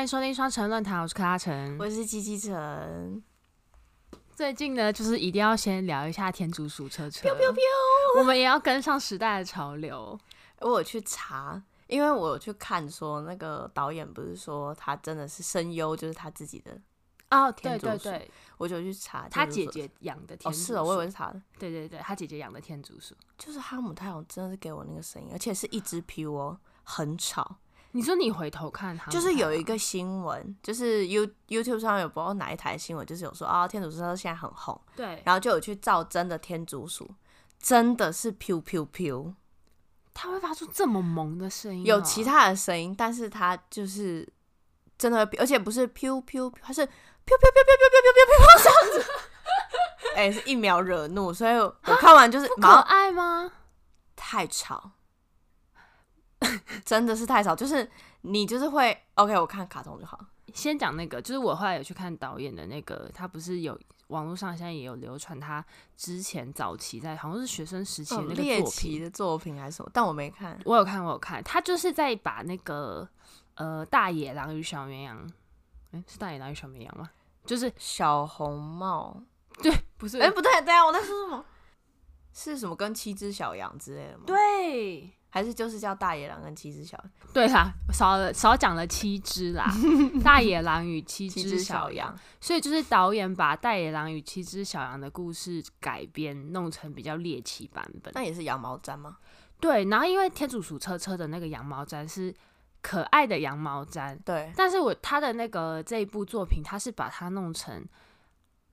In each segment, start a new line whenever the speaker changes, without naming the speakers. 迎收听双城论坛，我是柯阿成。
我是机器城，
最近呢，就是一定要先聊一下天竺鼠车车，我们也要跟上时代的潮流。
我有去查，因为我有去看说那个导演不是说他真的是声优，就是他自己的，
哦，对
天竺
对
鼠
对，
我就去查
他
就是
姐
说
姐养的天
哦
竺
是
鼠，
哦，我以为是他的，
对对对，他姐姐养的天竺鼠。
就是哈姆太郎真的是给我那个声音，而且是一只 P 哦，很吵，
你说你回头看他，
就是有一个新闻，就是 You YouTube 上有不知道哪一台新闻，就是有说啊天竺鼠车现在很红，
对，
然后就有去照真的天竺鼠，真的是 P P P，
他会发出这么萌的声音哦、
有其他的声音，但是它就是真的会比，而且不是 P P，它是 P P P P P P P P P 这样子。 哎、是一秒惹怒，所以我看完就是
不可
马上
爱吗？
太吵， 真的是太吵，就是你就是会 OK，我看卡通就好。
先讲那个，就是我后来有去看导演的那个，他不是有网络上现在也有流传他之前早期在好像是学生时期的那
猎
个作
奇
品，
的作品还是什么，但我没看。
我有看，我有看，他就是在把那个呃大野狼与小绵羊，哎、是大野狼与小绵羊吗？就是
小红帽，
对，不是，
哎、不对，等一下我在说什么？是什么跟七只小羊之类的吗？，
对。
还是就是叫大野狼跟七只小羊？
对啦，少了少讲了七只 啦，《大野狼与七
七
只
只
小
小
羊》
羊，
所以就是导演把《大野狼与七只小羊》的故事改编，弄成比较猎奇版本。
那也是羊毛毡吗？
对，然后因为天竺鼠车车的那个羊毛毡是可爱的羊毛毡，
对，
但是我他的那个这一部作品，他是把它弄成，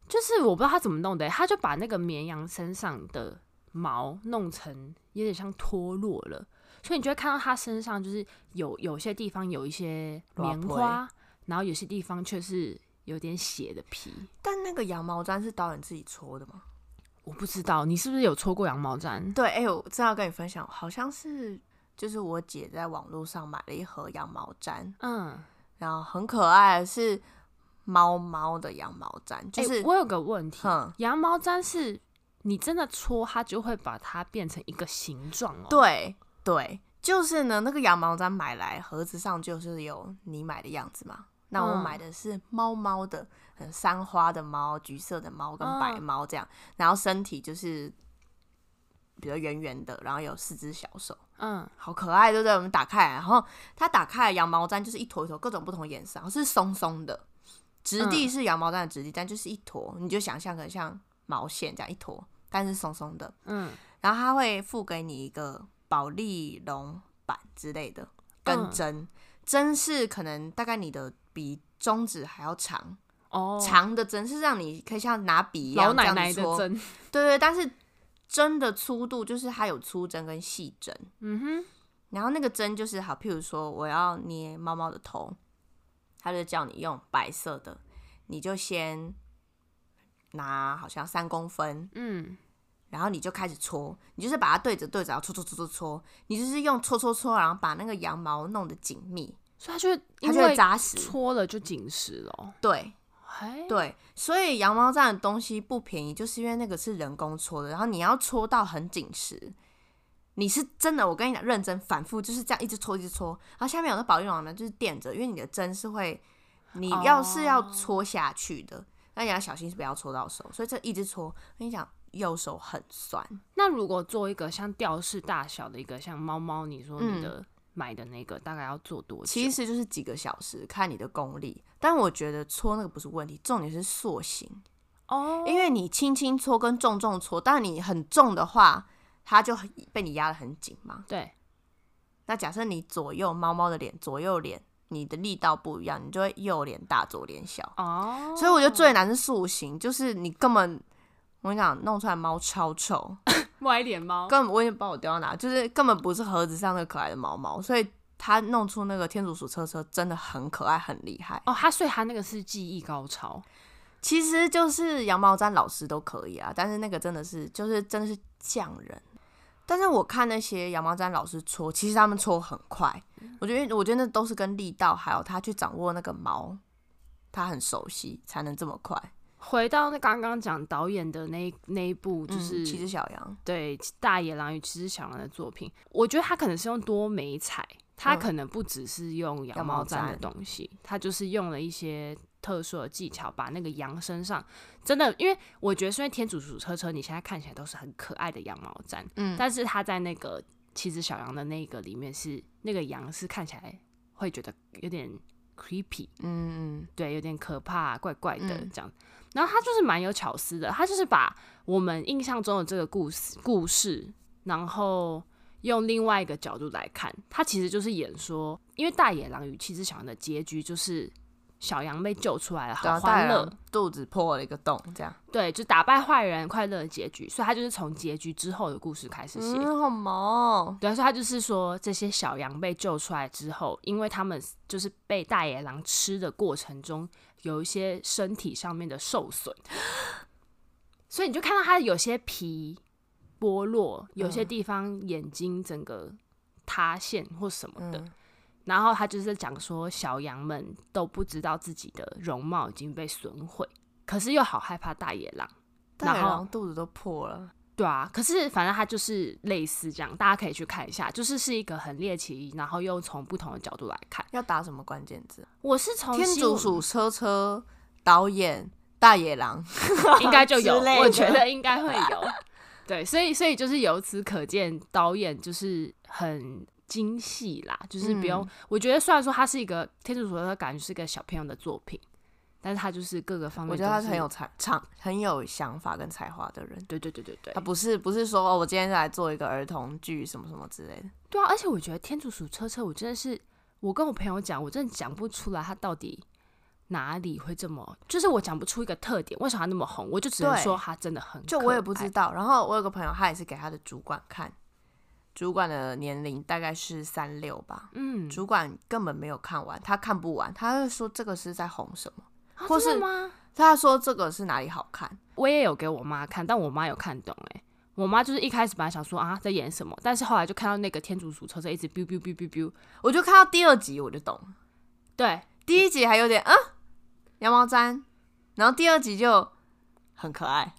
就是我不知道他怎么弄的，欸他就把那个绵羊身上的毛弄成有点像脱落了，所以你就会看到它身上就是有有些地方有一些棉花，然后有些地方却是有点血的皮。
但那个羊毛毡是导演自己搓的吗？
我不知道你是不是有搓过羊毛毡？
对，哎、我正要跟你分享，好像是就是我姐在网络上买了一盒羊毛毡，
嗯，
然后很可爱，是猫猫的羊毛毡，就
诶
是、
我有个问题，
哼，
羊毛毡是你真的搓它就会把它变成一个形状哦。
对对，就是呢，那个羊毛毡买来盒子上就是有你买的样子嘛。那我
嗯
买的是猫猫的，嗯，三花的猫、橘色的猫跟白
嗯
猫这样，然后身体就是比较圆圆的，然后有四只小手，
嗯，
好可爱，对不对？我们打开来，然后它打开来羊毛毡就是一坨一坨各种不同颜色，然后是松松的，质地是羊毛毡的质地，但就是一坨，你就想象可能像毛线这样一坨，但是松松的。
嗯
然后它会付给你一个保利龙板之类的，跟
嗯
针，针是可能大概你的比中指还要长，
哦，
长的针是让你可以像拿笔一
老
样这
奶
样
奶
子
的
戳，
针，
对对，但是针的粗度就是它有粗针跟细针，
嗯
然后那个针就是好，譬如说我要捏猫猫的头，它就叫你用白色的，你就先拿好像三公分，
哼，嗯，
然后你就开始搓，你就是把它对着对着，然后搓搓搓搓搓，你就是用搓搓搓，然后把那个羊毛弄得紧密，
所以它就会
它
因
就会
为
扎实。
搓了就紧实了哦，
对
哎，
对，所以羊毛毡的东西不便宜，就是因为那个是人工搓的，然后你要搓到很紧实。你是真的，我跟你讲，认真反复就是这样一直搓一直搓，然后下面有那保利龙呢，就是垫着，因为你的针是会，你要是要
哦
搓下去的，那你要小心不要搓到手，所以这一直搓，我跟你讲，右手很酸。
那如果做一个像吊饰大小的一个像猫猫，你说你
嗯
的买的那个大概要做多久？
其实就是几个小时，看你的功力。但我觉得搓那个不是问题，重点是塑形，
哦，
因为你轻轻搓跟重重搓，但你很重的话，它就很被你压得很紧嘛。
对，
那假设你左右猫猫的脸，左右脸你的力道不一样，你就会右脸大，左脸小。
哦，
所以我觉得最难是塑形，就是你根本。我跟你讲，弄出来猫超臭，
歪脸猫，
根本我也不知道我丢到哪，就是根本不是盒子上那个可爱的毛毛，所以它弄出那个天竺鼠车车真的很可爱，很厉害。
哦，它所以它那个是技艺高超，
其实就是羊毛毡老师都可以啊，但是那个真的是就是真的是匠人。但是我看那些羊毛毡老师搓，其实他们搓很快，
嗯
我觉得我觉得那都是跟力道还有他去掌握那个毛，他很熟悉才能这么快。
回到那刚刚讲导演的那一那一部，就
嗯
是、
七只小羊，
对《大野狼与七只小狼》的作品，我觉得他可能是用多媒彩，他
嗯
可能不只是用羊
羊
毛
毛
毡的
毡
东西，他就是用了一些特殊的技巧，把那个羊身上真的，因为我觉得虽然天竺鼠车车你现在看起来都是很可爱的羊毛毡，
嗯
但是它在那个七只小羊的那个里面是那个羊是看起来会觉得有点 creepy，
嗯嗯
对，有点可怕、啊怪怪的
嗯
这样。然后他就是蛮有巧思的，他就是把我们印象中的这个故事故事，然后用另外一个角度来看，他其实就是演说，因为大野狼与七只小羊的结局就是小羊被救出来了，
对啊
好
大
欢
野
乐
狼，肚子破了一个洞，这样
对，就打败坏人，快乐的结局。所以他就是从结局之后的故事开始写。
嗯，好毛哦，
对啊，所以他就是说，这些小羊被救出来之后，因为他们就是被大野狼吃的过程中，有一些身体上面的受损， 所以你就看到它有些皮剥落，有些
嗯
地方眼睛整个塌陷或什么的。
嗯
然后他就是在讲说，小羊们都不知道自己的容貌已经被损毁，可是又好害怕大野狼。
大野
然后
狼肚子都破了，
对啊，可是反正它就是类似这样，大家可以去看一下，就是是一个很猎奇，然后又从不同的角度来看。
要打什么关键字？
我是从
天
新
竺
闻
鼠车车导演大野狼，
应该就有，
之类的
我觉得应该会有。 对，所以所以就是由此可见，导演就是很精细啦，就是不用。
嗯
我觉得虽然说它是一个天竺鼠的感觉是一个小朋友的作品，但是它就是各个方面，
我觉得他是很有。才长很有想法跟才华的人。
对对对对对
他，不是不是说哦，我今天来做一个儿童剧什么什么之类的，
对啊，而且我觉得天竺鼠车车，我真的是，我跟我朋友讲，我真的讲不出来它到底哪里会这么，就是我讲不出一个特点，为什么它那么红，我就只能
对
说它真的很可爱，
就我也不知道。然后我有个朋友，他也是给他的主管看，主管的年龄大概是三六吧，
嗯，
主管根本没有看完，他看不完，他就说这个是在红什么，
啊
或
真的
是
吗？
他说这个是哪里好看，
我也有给我妈看，但我妈有看懂哎、我妈就是一开始本来想说啊在演什么，但是后来就看到那个天竺鼠车车一直 biu biu biu biu biu，
我就看到第二集我就懂了，
对，
第一集还有点啊羊毛毡，然后第二集就很可爱，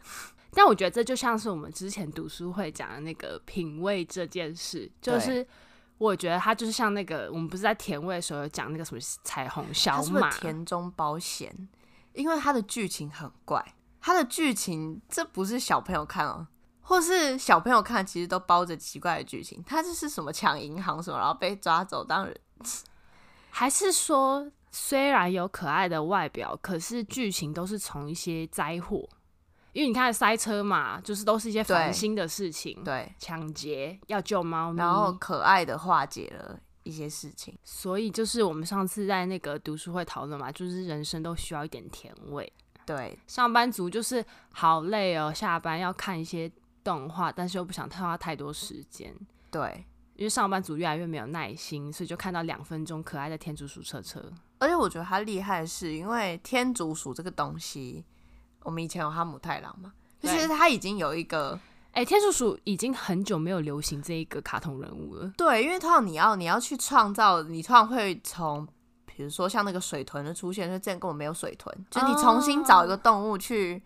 但我觉得这就像是我们之前读书会讲的那个品味这件事，就
对
是我觉得它就是像那个我们不是在甜味的时候有讲那个什么彩虹
他
小
是不是
马，
田中包贤？因为他的剧情很怪，他的剧情这不是小朋友看哦，或是小朋友看其实都包着奇怪的剧情。他这是什么抢银行什么，然后被抓走当人，
还是说虽然有可爱的外表，可是剧情都是从一些灾祸，因为你看塞车嘛，就是都是一些烦
对
心的事情，
对，
抢劫要救猫咪，
然后可爱的化解了一些事情。
所以就是我们上次在那个读书会讨论嘛，就是人生都需要一点甜味。
对，
上班族就是好累哦，下班要看一些动画，但是又不想花太多时间，
对，
因为上班族越来越没有耐心，所以就看到两分钟可爱的天竺鼠车车。
而且我觉得他厉害的是，因为天竺鼠这个东西，我们以前有哈姆太郎嘛，就
对
其实他已经有一个
哎、天竺鼠已经很久没有流行这一个卡通人物了。
对，因为通常你要你要去创造，你通常会从比如说像那个水豚的出现，就之前根本没有水豚，就是你重新找一个动物去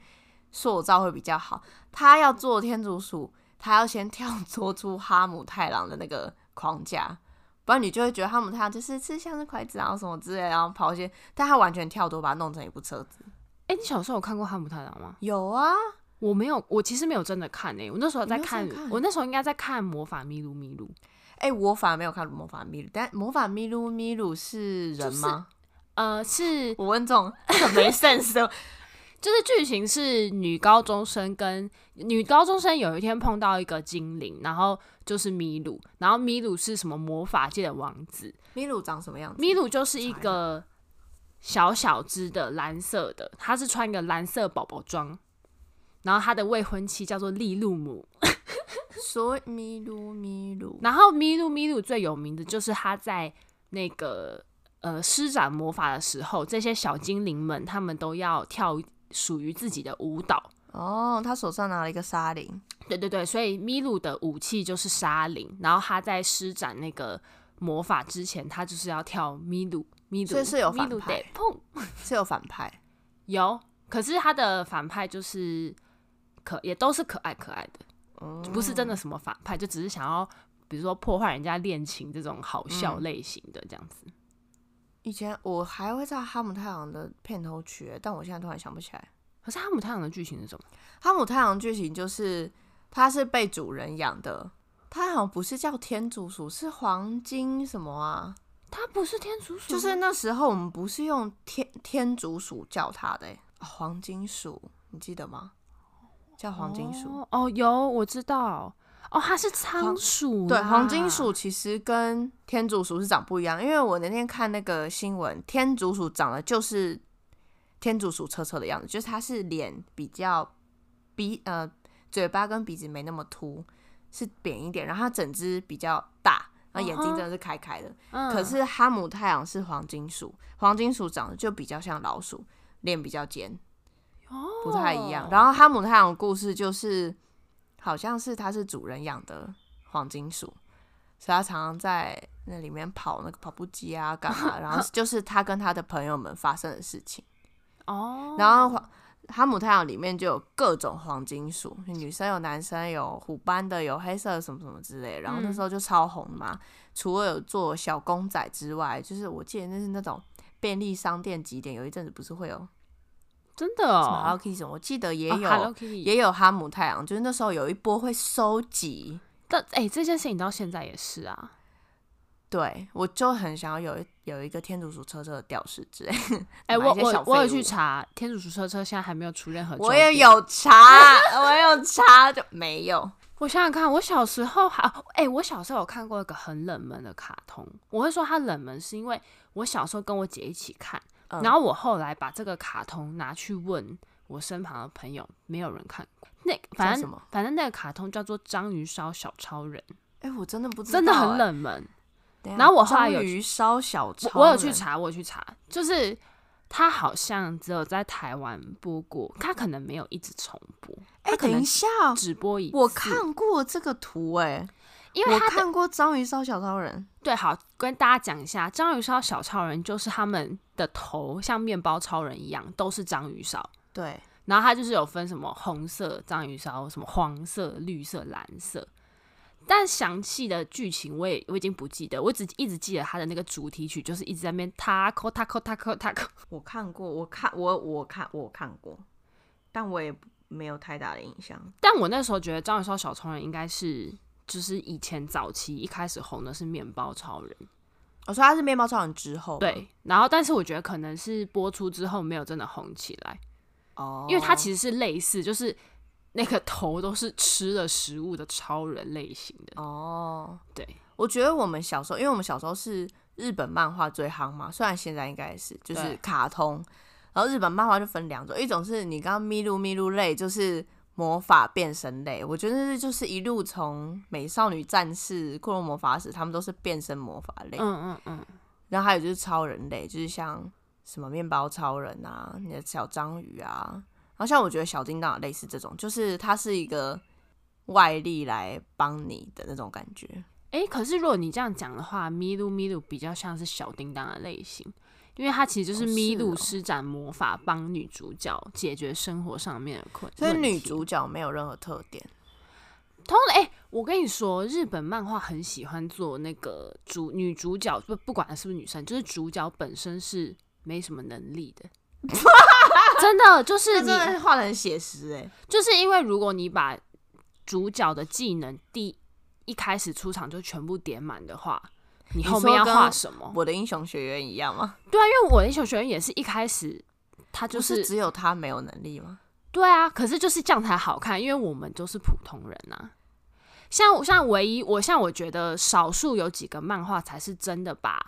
塑造会比较好。他要做天竺鼠，他要先跳 脱出哈姆太郎的那个框架。不然你就会觉得哈姆太郎就是吃像是筷子，然后什么之类，然后跑一些，但他完全跳脱，把它弄成一部车子。
哎、你小时候有看过《哈姆太郎》吗？
有啊，
我没有，我其实没有真的看哎诶、我那时候在看
你没有真的，看
我那时候应该在看《魔法咪路咪路》。
哎、我反而没有看魔法咪路，但魔法咪路咪路是
就
人
是
吗？
呃，是
我问这种很没 sense 的
就是剧情是女高中生跟女高中生有一天碰到一个精灵，然后就是米鲁，然后米鲁是什么魔法界的王子，
咪鲁长什么样子？
米鲁就是一个小小只的蓝色的，他是穿一个蓝色宝宝装，然后他的未婚妻叫做利露姆，
所以咪噜咪噜，
然后米鲁米鲁最有名的就是他在那个呃施展魔法的时候，这些小精灵们他们都要跳属于自己的舞蹈。
哦，他手上拿了一个沙林，
对对对，所以米鲁的武器就是沙林，然后他在施展那个魔法之前，他就是要跳米鲁米鲁，
所以是有
米
反
鲁
派
得碰
是有反派，
有，可是他的反派就是可也都是可爱可爱的，
嗯
不是真的什么反派，就只是想要比如说破坏人家恋情这种好
嗯
笑类型的这样子。
以前我还会在哈姆太郎的片头曲欸，但我现在突然想不起来。
可是哈姆太郎的剧情是什么？
哈姆太郎剧情就是它是被主人养的，它好像不是叫天竺鼠，是黄金什么啊？
它不是天竺鼠，
就是那时候我们不是用天天竺鼠叫它的欸、哦黄金鼠，你记得吗？叫黄金鼠。
哦哦，有我知道哦，它是仓鼠
对，
啦
黄金鼠其实跟天竺鼠是长不一样，因为我那天看那个新闻，天竺鼠长得就是天竺鼠车车的样子，就是它是脸比较鼻呃嘴巴跟鼻子没那么凸，是扁一点，然后它整只比较大，然后眼睛
嗯哼
真的是开开的。
嗯
可是哈姆太阳是黄金鼠，黄金鼠长得就比较像老鼠，脸比较尖，不太一样。
哦
然后哈姆太阳的故事就是，好像是它是主人养的黄金鼠，所以它常常在那里面跑那个跑步机啊，干嘛？然后 就是他跟他的朋友们发生的事情。
哦，
然后黄哈姆太阳里面就有各种黄金鼠，女生有男生有虎斑的，有黑色的什么什么之类的。然后那
嗯
时候就超红嘛，除了有做小公仔之外，就是我记得那是那种便利商店几点有一阵子不是会有
真的
什么 Hello
哦，
Kitty 什么，我记得也
哦
有、
Hello Kitty，
也有哈姆太阳，就是那时候有一波会收集。
但哎、这件事情到现在也是啊，
对，我就很想要有一有一个天竺鼠车车的吊饰之类的。
哎、
买
我
一些小
我
废
我有
物啊
去查天竺鼠车车，现在还没有出任何，
我也，有查，我也有查，就没有。
我想想看，我小时候还哎、我小时候有看过一个很冷门的卡通，我会说它冷门是因为我小时候跟我姐一起看，
嗯
然后我后来把这个卡通拿去问我身旁的朋友，没有人看过。那反
叫什
正
么
反正那个卡通叫做《章鱼烧小超人》，
哎、我真的不知道、欸哎
真的很。冷门。
等一下
然后我后来有
章鱼烧小超
我我有去
人，
查，我有去查，就是它好像只有在台湾播过，它可能没有一直重播，它
哎、
可
等
能
一下，
只播一次。
我，看过这个图、哎，
因为
我
它的
看过章鱼烧小超人，
对，好跟大家讲一下，章鱼烧小超人就是他们的头像面包超人一样，都是章鱼烧。
对，
然后它就是有分什么红色章鱼烧、什么黄色、绿色、蓝色，但详细的剧情我也我已经不记得，我只一直记得它的那个主题曲就是一直在那边 taco taco taco taco，
我看过，我看我我看我看过，但我也不没有太大的印象。
但我那时候觉得章鱼烧小超人应该是就是以前早期一开始红的是面包超人，
我说他是面包超人之后，，
对，然后但是我觉得可能是播出之后没有真的红起来，
哦，
因为它其
实
实是类似就是。那个头都是吃了食物的超人类型的，
哦，
对，
我觉得我们小时候，因为我们小时候是日本漫画最夯嘛，虽然现在应该也是，就是
对
卡通。然后日本漫画就分两种，一种是你刚刚咪噜咪噜类，就是魔法变身类。我觉得这就是一路从美少女战士、库洛魔法使，他们都是变身魔法类。
嗯嗯嗯，
然后还有就是超人类，就是像什么面包超人啊，你的小章鱼啊，然后像我觉得小叮当也类似这种，就是它是一个外力来帮你的那种感觉。
诶，可是如果你这样讲的话，咪噜咪噜比较像是小叮当的类型，因为它其实就是
哦
咪
是
噜
哦
施展魔法帮女主角解决生活上面的困。
所以
问
女
题
主角没有任何特点，
通常诶，我跟你说，日本漫画很喜欢做那个主女主角，不不管是不是女生，就是主角本身是没什么能力 的。真的就是
这
你
真的画的很写实哎、
就是因为如果你把主角的技能第一开始出场就全部点满的话，你后面
说
要
跟
画什么？
我的英雄学院一样吗？
对啊，因为我的小学员也是一开始他就
不
是
只有他没有能力吗？
对啊，可是就是这样才好看，因为我们都是普通人啊。像像唯一我像我觉得少数有几个漫画才是真的把、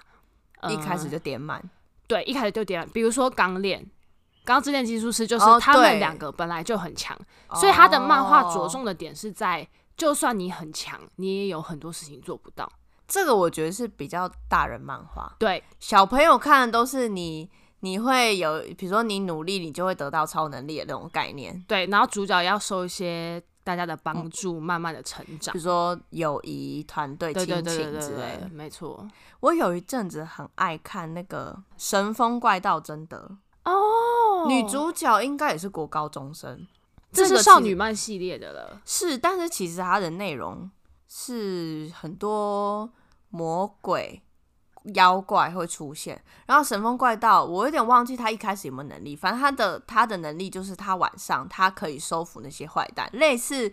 呃
一开始就点满，
对一开始就点，比如说《钢炼》《钢之炼金术师》就是
哦
他们
对
两个本来就很强，所以他的漫画着
哦
重的点是在，就算你很强，你也有很多事情做不到。
这个我觉得是比较大人漫画，
对
小朋友看的都是你，你会有，比如说你努力，你就会得到超能力的那种概念，
对，然后主角要受一些大家的
嗯
帮助，慢慢的成长
比。如说友谊、团队、亲
啊对对对对
情
对
之类
对，
的。
没错。
我有一阵子很爱看那个《神风怪盗贞德
哦》，
女主角应该也是国高中生，
这
这
是
个
少
其
女
实
漫系列的了。
是，但是其实它的内容是很多魔鬼、妖怪会出现。然后神风怪盗，我有点忘记他一开始有没有能力，反正他的他的能力就是他晚上他可以收服那些坏蛋，类似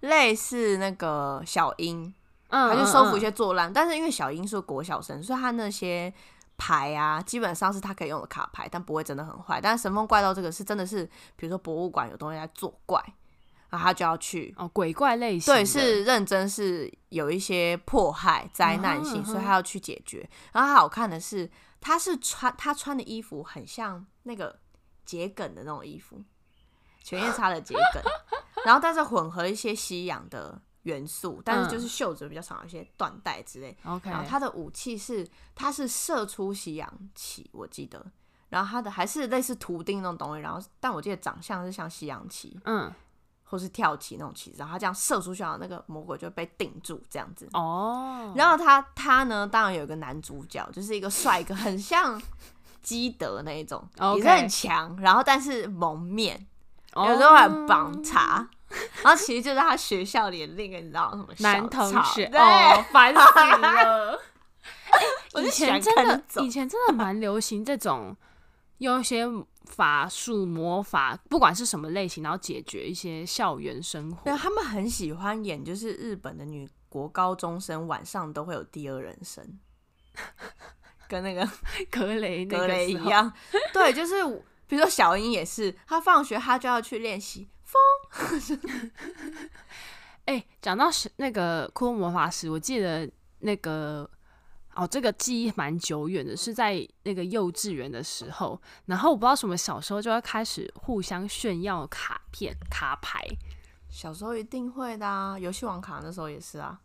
类似那个小樱，
嗯，
他就收服
嗯
一些作烂。但是因为小樱是国小生，所以他那些牌啊，基本上是他可以用的卡牌，但不会真的很坏。但是神风怪盗这个是真的是，比如说博物馆有东西在作怪，然后他就要去。
嗯哦鬼怪类型的，
对，是认真是有一些迫害、灾难性，
嗯哼
所以他要去解决。然后他好看的是，他是穿他穿的衣服很像那个桔梗的那种衣服，犬夜叉的桔梗， 然后但是混合一些西洋的元素，但是就是袖子比较长，有一些缎带之类。
嗯 OK，
然后他的武器是，他是射出西洋旗，我记得。然后他的还是类似图钉那种东西，然后但我记得长相是像西洋旗
嗯
或是跳棋那种旗子，然后他这样射出去，然后那个魔鬼就被定住这样子。
哦，
然后他他呢，当然有一个男主角，就是一个帅哥，很像基德那一种
OK
也是很强，然后但是蒙面，
后
有时候
哦
很 绑茶。然后其实就是他学校里的那个，你知道什么
男
小
同
草
学，
对，
哦，烦死了。
我
哎以
就喜
前
欢
真
看那
的，
种
以前真的蛮流行这种，用一些法术、魔法，不管是什么类型，然后解决一些校园生活
对，。他啊们很喜欢演，就是日本的女国高中生晚上都会有第二人生，跟那个
格雷那
格
个
雷
时
一
候，
样。对，就是比如说小英也是，她放学她就要去练习，
哎、讲到是那个《骷髅魔法师》，我记得那个哦，这个记忆蛮久远的，是在那个幼稚园的时候，然后我不知道什么小时候就要开始互相炫耀卡片、卡牌。
小时候一定会的啊，游戏王卡那时候也是啊。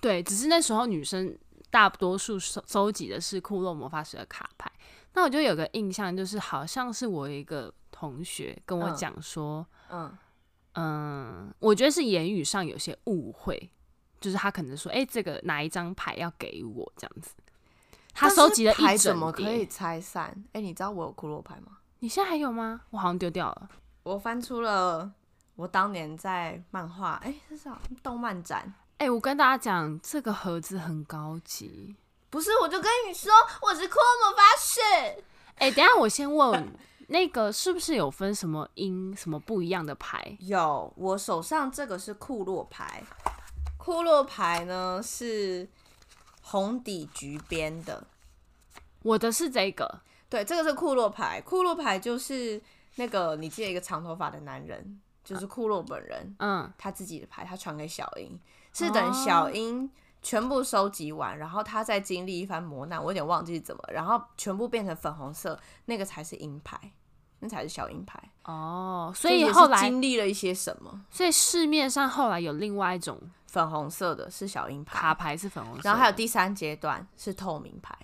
对，只是那时候女生大多数收收集的是骷髅魔法师的卡牌。那我就有个印象，就是好像是我有一个同学跟我
嗯
讲说，
嗯，
嗯我觉得是言语上有些误会，就是他可能说，哎、这个哪一张牌要给我这样子。他
但
收
是
集了一
牌
整
怎么可
叠
以拆散？哎、你知道我有骷髅牌吗？
你现在还有吗？我好像丢掉了。
我翻出了我当年在漫画，哎、这是好像动漫展。
哎、我跟大家讲，这个盒子很高级。
不是，我就跟你说，我是骷髅魔法师。
哎、等一下我先问，那个是不是有分什么音、什么不一样的牌？
有，我手上这个是库洛牌，库洛牌呢是红底橘边的，
我的是这个，
对，这个是库洛牌，库洛牌就是那个你记得一个长头发的男人，
啊
就是库洛本人，
嗯，
他自己的牌，他传给小樱，是等
哦
小樱。全部收集完，然后他再经历一番磨难，我有点忘记是怎么，然后全部变成粉红色，那个才是银牌，那才是小银牌。
哦，所
就
以
也是
后来，
经历了一些什么？
所以市面上后来有另外一种
粉红色的是小银牌，
卡牌是粉红色的，
然后还有第三阶段是透明牌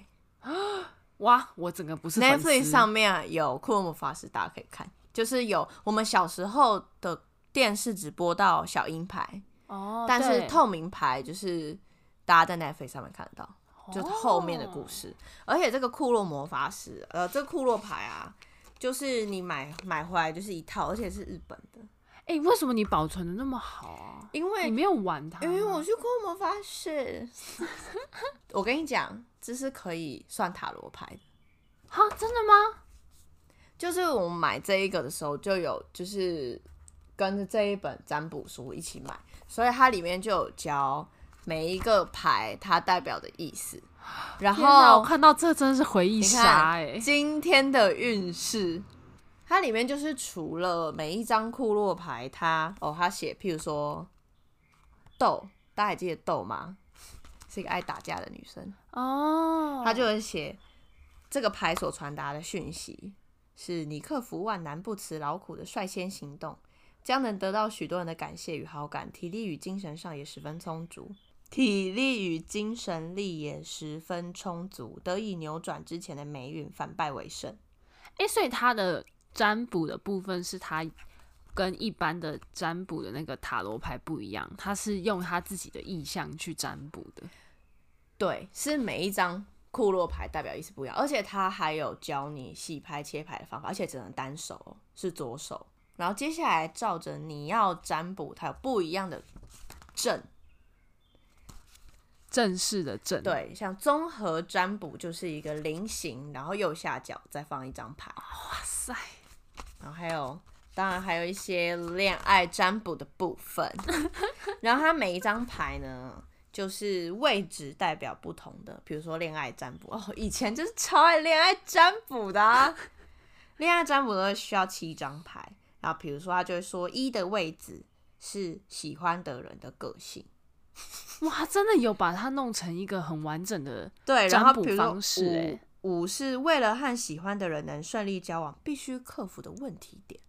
哇，我整个不是粉丝
，Netflix 上面有《库洛魔法师》，大家可以看，就是有我们小时候的电视只播到小鹰牌，
哦，
但是
对
透明牌就是大家在 Netflix 上面看得到，
哦
就是后面的故事。而且这个库洛魔法师，呃，这库洛牌啊，就是你买买回来就是一套，而且是日本的，
哎、为什么你保存的那么好啊？
因为
你没有玩它吗，
因为我去库洛魔法师， 我跟你讲，这是可以算塔罗牌的。
哈，真的吗？
就是我们买这一个的时候，就有就是跟着这一本占卜书一起买，所以它里面就有教每一个牌它代表的意思。然
天哪，我
后
看到这真的是回忆
你
杀
看、
哎、
今天的运势，它里面就是除了每一张库洛牌它，哦，它写譬如说豆，大家还记得豆吗？是一个爱打架的女生。
哦，
他就会写这个牌所传达的讯息是你克服万难不辞劳苦的率先行动，将能得到许多人的感谢与好感，体力与精神上也十分充足。体力与精神力也十分充足，得以扭转之前的霉运，反败为胜。
哎、所以它的占卜的部分是它跟一般的占卜的那个塔罗牌不一样，它是用他自己的意向去占卜的。
对，是每一张库洛牌代表意思不一样，而且它还有教你洗牌切牌的方法，而且只能单手哦，是左手。然后接下来照着你要占卜，它有不一样的阵，
正式的正，，
对，像综合占卜就是一个菱形，然后右下角再放一张牌，
哇塞，
然后还有，当然还有一些恋爱占卜的部分。然后它每一张牌呢，就是位置代表不同的，比如说恋爱占卜哦，以前就是超爱恋爱占卜的、啊，恋爱占卜都会需要七张牌。然后比如说，他就会说一的位置是喜欢的人的个性。
哇，真的有把它弄成一个很完整的，
对，然
占
后
卜
比如
方
说
式欸
五五是为了和喜欢的人能顺利交往，必须克服的问题点。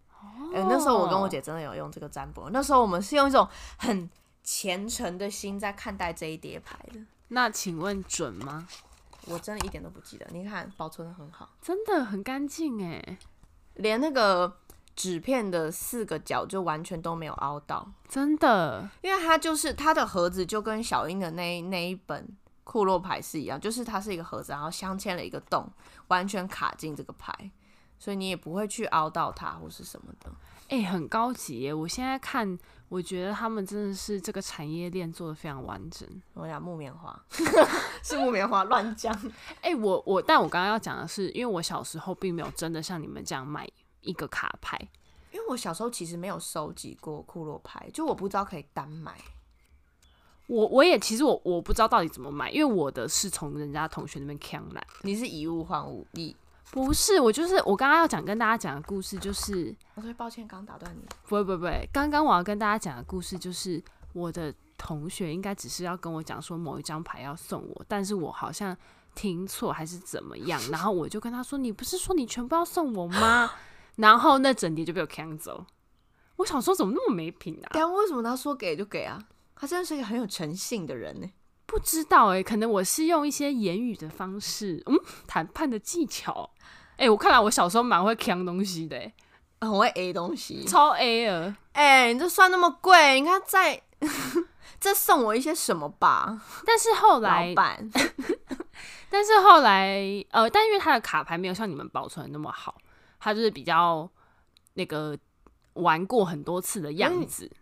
欸那时候我跟我
哦
姐真的有用这个占卜，那时候我们是用一种很虔诚的心在看待这一叠牌的。
那请问准吗？
我真的一点都不记得，你看保存的很好，
真的很干净哎，
连那个纸片的四个角就完全都没有凹到，
真的，
因为它就是它的盒子就跟小英的那那一本库洛牌是一样，就是它是一个盒子，然后镶嵌了一个洞，完全卡进这个牌，所以你也不会去凹到它或是什么的。
哎、很高级耶！我现在看，我觉得他们真的是这个产业链做的非常完整。
我讲木棉 花是木棉花乱讲，
哎、我我，但我刚刚要讲的是，因为我小时候并没有真的像你们这样买一个卡牌，
因为我小时候其实没有收集过库洛牌，就我不知道可以单买。
我我也其实我我不知道到底怎么买，因为我的是从人家同学那边抢来。
你是以物换物，以
不是，我就是我刚刚要讲跟大家讲的故事，就是
我哦所以抱歉，刚打断你。
不会不会不会，刚刚我要跟大家讲的故事就是我的同学应该只是要跟我讲说某一张牌要送我，但是我好像听错还是怎么样， 然后我就跟他说：“你不是说你全部要送我吗？” 然后那整叠就被我抢走。我想说怎么那么没品啊？
但为什么他说给就给啊？他真的是一个很有诚信的人呢、
不知道诶、可能我是用一些言语的方式，嗯，谈判的技巧。诶、我看来我小时候蛮会抢东西的、欸，
很哦会 A 东西。
超 A 了。
哎、你这算那么贵，你看再 再送我一些什么吧，
但是后来
老板。
但是后来，呃，但因为他的卡牌没有像你们保存的那么好，他就是比较那个玩过很多次的样子。
嗯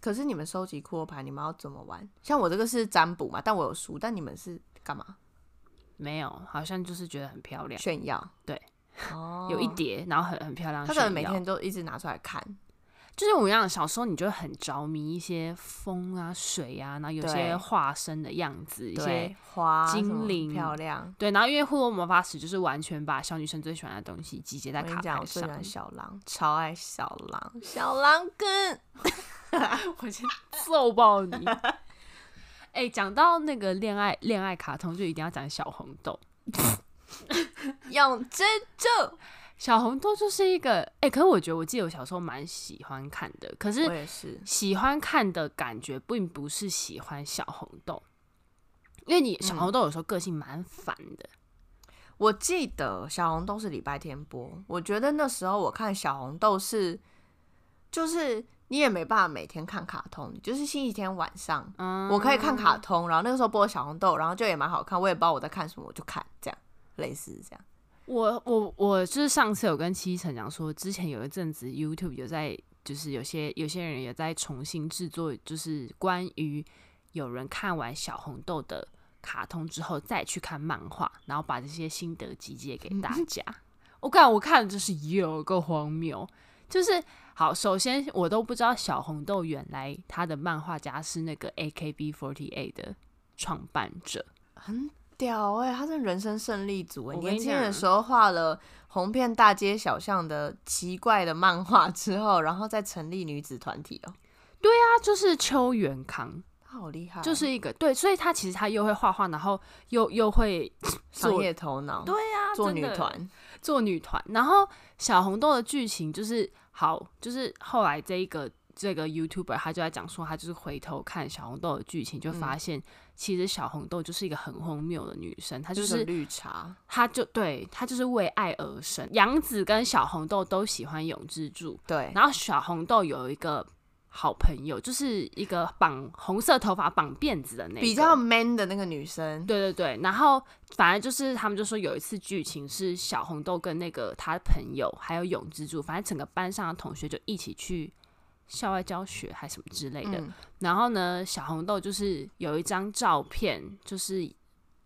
可是你们收集骷髅牌，你们要怎么玩？像我这个是占卜嘛，但我有输，但你们是干嘛？
没有，好像就是觉得很漂亮，
炫耀？
对，
哦，
有一叠，然后很很漂亮。
他可能每
炫耀
天都一直拿出来看。
就是我一样，小时候你就会很着迷一些风啊、水啊，然后有些
对
化身的样子，一些
对，花
精
什么很
灵
漂亮。
对。然后因为《霍洛魔法使》就是完全把小女生最喜欢的东西集结在
我跟
卡
你讲，我
牌
最
上
喜。欢小狼，超爱小狼，小狼跟
我先 揍爆你！ 哎、讲到那个恋爱恋爱卡通，就一定要讲小红豆。
用珍珠。
小红豆就是一个，哎、可是我觉得，我记得我小时候蛮喜欢看的，可
我
是
也是，
喜欢看的感觉并不是喜欢小红豆，因为你
嗯
小红豆有时候个性蛮烦的，
我记得小红豆是礼拜天播，我觉得那时候我看小红豆是，就是你也没办法每天看卡通，就是星期天晚上。
嗯，
我可以看卡通，然后那个时候播小红豆，然后就也蛮好看，我也不知道我在看什么，我就看这样，类似这样。
我我我就是上次有跟七成讲说，之前有一阵子 YouTube 有在，就是有些有些人也在重新制作，就是关于有人看完小红豆的卡通之后再去看漫画，然后把这些心得集结给大家。我感我看的就是有够荒谬，就是好，首先我都不知道小红豆原来他的漫画家是那个 AKB48 的创办者。
屌哎、他是人生胜利组哎、
我跟你
年轻人
讲
的时候画了红遍大街小巷的奇怪的漫画之后，然后再成立女子团体哦、
他就是邱元康，
他好厉害哦，
就是一个对，所以他其实他又会画画，然后又又会
商
做
业头脑，
对啊
做女团，
做女团。然后小红豆的剧情就是好，就是后来这一个这个 YouTuber 他就在讲说，他就是回头看小红豆的剧情，就发现其实小红豆就是一个很荒谬的女生，她就
个
是
绿茶。
她就对她就是为爱而生。杨紫跟小红豆都喜欢永之助，
对，
然后小红豆有一个。好朋友就是一个绑红色头发、绑辫子的那个
比较 man 的那个女生，
对对对，然后反正就是他们就说有一次剧情是小红豆跟那个他朋友还有永之助，反正整个班上的同学就一起去校外教学还什么之类的。
嗯
然后呢，小红豆就是有一张照片，就是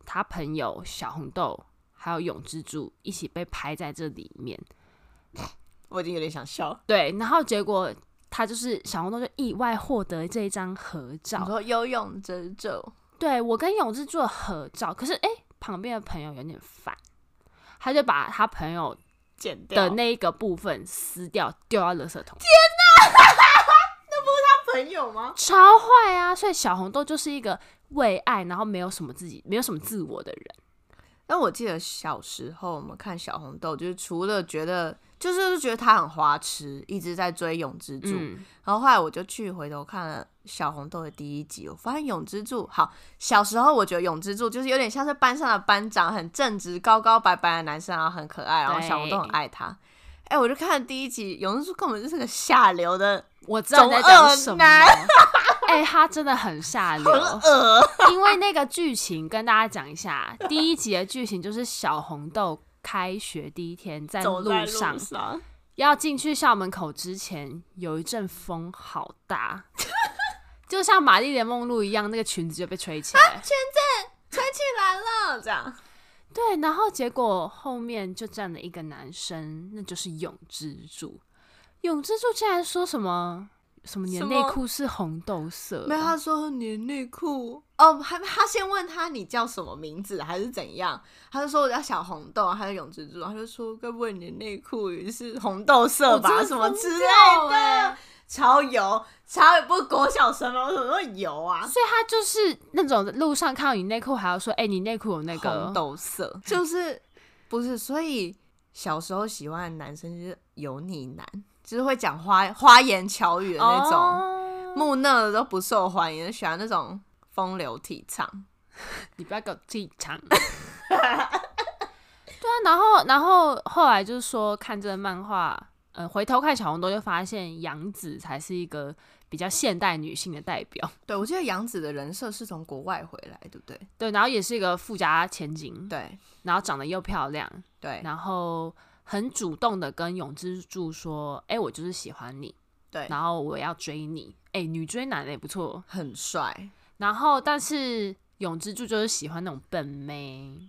他朋友小红豆还有永之助一起被拍在这里面。
我已经有点想笑了。
对，然后结果他就是小红豆就意外获得这一张合
你
照。
说游泳之咒，
对我跟永之助的合照，可是诶，旁边的朋友有点烦，他就把他朋友
剪掉
的那一个部分撕掉，丢到垃圾桶。
朋友吗？
超坏啊！所以小红豆就是一个为爱，然后没有什么自己，没有什么自我的人。
那我记得小时候我们看小红豆，就是除了觉得就是觉得他很花痴，一直在追永之助，
嗯，
然后后来我就去回头看了小红豆的第一集，我发现永之助好，小时候我觉得永之助就是有点像是班上的班长，很正直、高高白白的男生，然后很可爱，然后
对
小红豆很爱他。哎、我就看了第一集，永之助根本就是个下流的，
我知道你在讲什么。
中二
哎、他真的很 下流，因为那个剧情跟大家讲一下，第一集的剧情就是小红豆开学第一天在
走
路
在
上，
上
要进去校门口之前，有一阵风好大， 就像玛丽莲梦露一样，那个裙子就被吹起来。
啊吹起来了，这样。
对，然后结果后面就站了一个男生，那就是永之助。永之助竟然说什么什么你的
什
内
么
裤是红豆色，哦
没有，他说你内裤哦，还他先问他你叫什么名字还是怎样，他就说我叫小红豆，还有永之助，他就说该不会你的内裤也是红豆色
我
吧，
真的
什么
疯
之类
掉
的
欸，
超油，超油不是国小生吗？我怎么会油啊？
所以他就是那种路上看到你内裤还要说，哎、你内裤有那个
红，豆色 就是不是？所以小时候喜欢的男生就是油腻男，就是会讲花花言巧语的那种，
哦
木讷的都不受欢迎，喜欢那种风流倜傥。
你不要给我气 场。对啊，然后然后后来就是说看这个漫画，呃，回头看小红豆就发现杨紫才是一个比较现代女性的代 表，
对，我记得杨紫的人设是从国外回来，对不对？
对，然后也是一个富家千金，
对
然后长得又漂亮，
对
然后很主动的跟永之助说：“哎、我就是喜欢你，
对，
然后我要追你。哎、女追男的也不错。
很帅。
然后，但是永之助就是喜欢那种笨妹，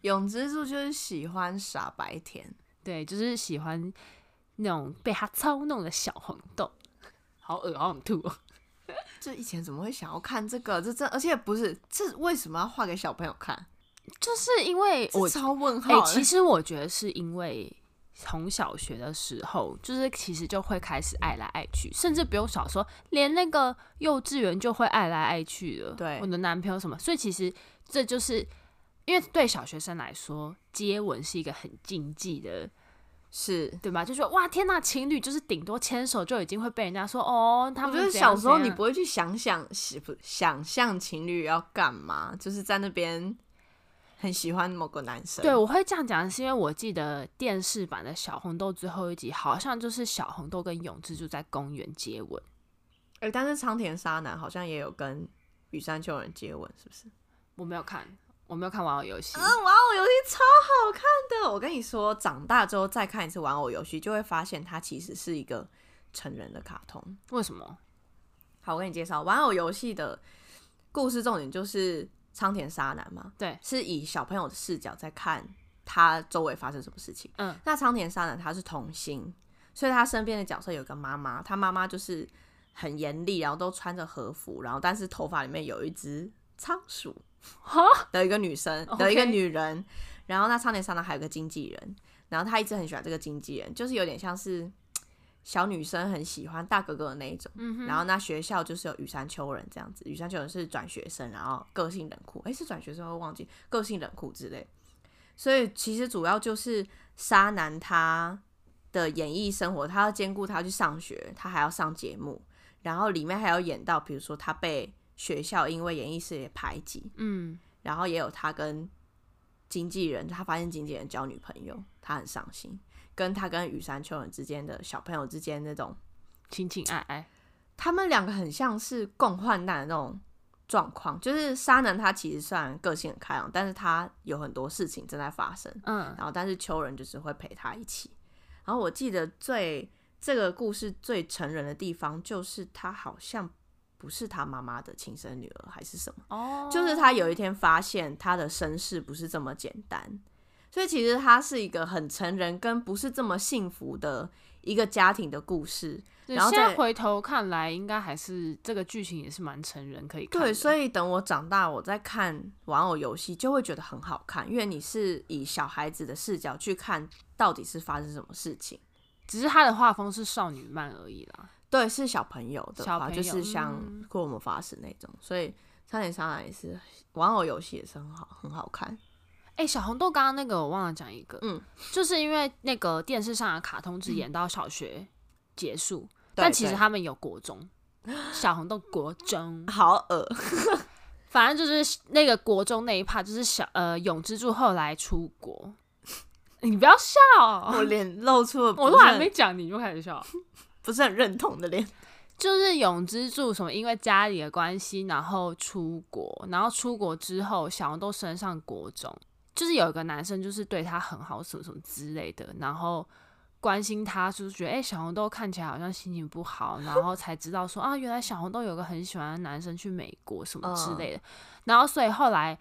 永之助就是喜欢傻白甜，
对，就是喜欢那种被他操弄的小红豆，好恶好想吐、哦。
这以前怎么会想要看这个？这真而且不是这为什么要画给小朋友看？
就是因为
我
我
超问
哎、
号的。
其实我觉得是因为从小学的时候，就是其实就会开始爱来爱去，甚至不用小说，连那个幼稚园就会爱来爱去了。
对
我的男朋友什么，所以其实这就是因为对小学生来说，接吻是一个很禁忌的，
是，
对吧？就说哇，天呐，情侣就是顶多牵手就已经会被人家说哦，他
我
们
觉得
怎样
小时候
怎
你
样
不会去想想喜不想象情侣要干嘛，就是在那边很喜欢某个男生。
对，我会这样讲，是因为我记得电视版的小红豆最后一集，好像就是小红豆跟永志就在公园接吻。
哎，但是苍田沙男好像也有跟羽山秋人接吻，是不是？
我没有看，我没有看玩偶游戏。
玩偶啊哦游戏超好看的。我跟你说，长大之后再看一次玩偶游戏，就会发现它其实是一个成人的卡通。
为什么？
好，我给你介绍玩偶游戏的故事重点就是苍田沙男嘛，
对，
是以小朋友的视角在看他周围发生什么事情。
嗯，
那苍田沙男他是童星，所以他身边的角色有个妈妈，他妈妈就是很严厉，然后都穿着和服，然后但是头发里面有一只仓鼠。
哈，
的一个女生
OK
的一个女人，然后那苍田沙男还有个经纪人，然后他一直很喜欢这个经纪人，就是有点像是小女生很喜欢大哥哥的那一种。
嗯哼，
然后那学校就是有羽山丘人这样子，羽山丘人是转学生，然后个性冷酷，诶，是转学生会忘记个性冷酷之类。所以其实主要就是沙男他的演艺生活，他要兼顾他去上学，他还要上节目，然后里面还有演到，比如说他被学校因为演艺事业排挤，
嗯，
然后也有他跟经纪人，他发现经纪人交女朋友，他很伤心。跟他跟羽山秋人之间的小朋友之间那种，
情情爱爱，
他们两个很像是共患难的那种状况。就是沙男他其实虽然个性很开朗，但是他有很多事情正在发生，
嗯，
然后但是秋人就是会陪他一起。然后我记得最这个故事最成人的地方就是她好像不是她妈妈的亲生女儿还是什么，
哦
就是她有一天发现她的身世不是这么简单，所以其实她是一个很成人跟不是这么幸福的一个家庭的故事。
对
然后
现在
再
回头看来，应该还是这个剧情也是蛮成人可以看的。
对，所以等我长大，我再看玩偶游戏就会觉得很好看，因为你是以小孩子的视角去看到底是发生什么事情。
只是他的画风是少女漫而已啦。
对，是小朋友的
小
话，
朋
就
友
是像
嗯
《过魔法使》那种，所以《三点三来》也是玩偶游戏也是很好，很好看。
哎、小红豆刚刚那个我忘了讲一个，
嗯，
就是因为那个电视上的卡通只演到小学结束，
对
但其实
对
他们有国中， 小红豆国中，
好恶，
反正就是那个国中那一趴，就是小呃永之助后来出国， 你不要笑，
我脸露出了
哦我
不
都
是
还没
很
讲你就开始笑，
不是很认同的脸。
就是永之助什么因为家里的关系，然后出国，然后出国之后小红豆升上国中，就是有一个男生就是对他很好什么什么之类的，然后。关心他，就是觉得哎、诶小红豆看起来好像心情不好，然后才知道说啊，原来小红豆有个很喜欢的男生去美国什么之类的，然后所以后来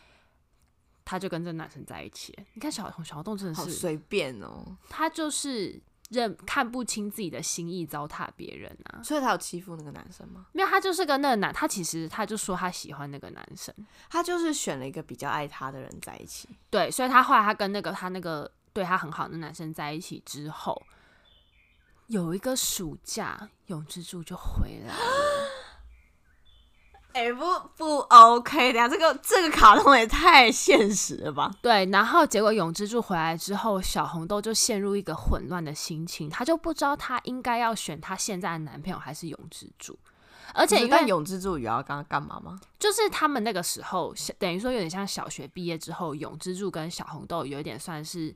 他就跟这个男生在一起了。你看小红小红豆真的
好
是
随便哦，
他就是认看不清自己的心意，糟蹋别人啊。
所以他有欺负那个男生吗？
没有，他就是跟那个男，他其实他就说他喜欢那个男生，
他就是选了一个比较爱他的人在一起。
对，所以他后来他跟那个他那个对他很好的男生在一起之后，有一个暑假，永之助就回来了。
哎、不不 OK 的呀，这个这个卡通也太现实了吧？
对，然后结果永之助回来之后，小红豆就陷入一个混乱的心情，她就不知道她应该要选她现在的男朋友还是永之助，而
而
且因为
但永之助也要刚刚干嘛吗？
就是他们那个时候，小等于说有点像小学毕业之后，永之助跟小红豆有一点算是，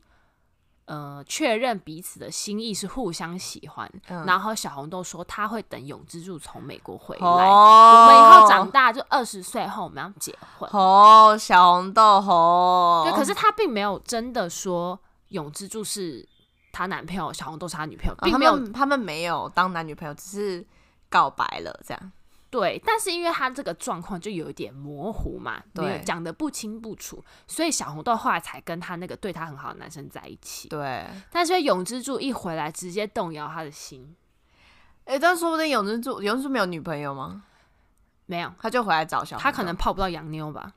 呃，确认彼此的心意是互相喜欢。
嗯
然后小红豆说她会等永之助从美国回来，
哦
我们以后长大就二十岁后我们要结婚。
哦，小红豆哦，
对，可是她并没有真的说永之助是她男朋友，小红豆是她女朋友，
啊
并
他
没有、
们他们没有当男女朋友，只是告白了这样。
对，但是因为他这个状况就有一点模糊嘛，没有
对
讲的不清不楚，所以小红豆后来才跟他那个对他很好的男生在一起。
对，哎、
但是因为永之助一回来，直接动摇他的心，
但说不定永之助永之助没有女朋友吗？
没有，
他就回来找小红豆
他可能，泡不到洋妞吧。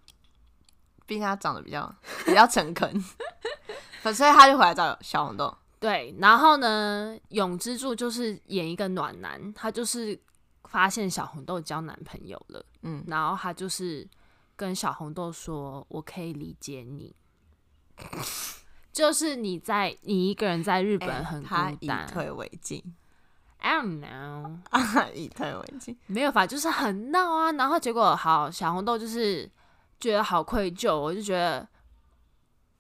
毕竟他长得比较 比较诚恳，可所以他就回来找小红豆。
对，然后呢，永之助就是演一个暖男，他就是发现小红豆交男朋友了，
嗯，
然后他就是跟小红豆说：“我可以理解你。” 就是你在你一个人在日本
哎
很孤
他以
单，
退为进，
I don't know，
以退为进。
没有法，就是很闹啊。然后结果好，小红豆就是觉得好愧疚，我就觉得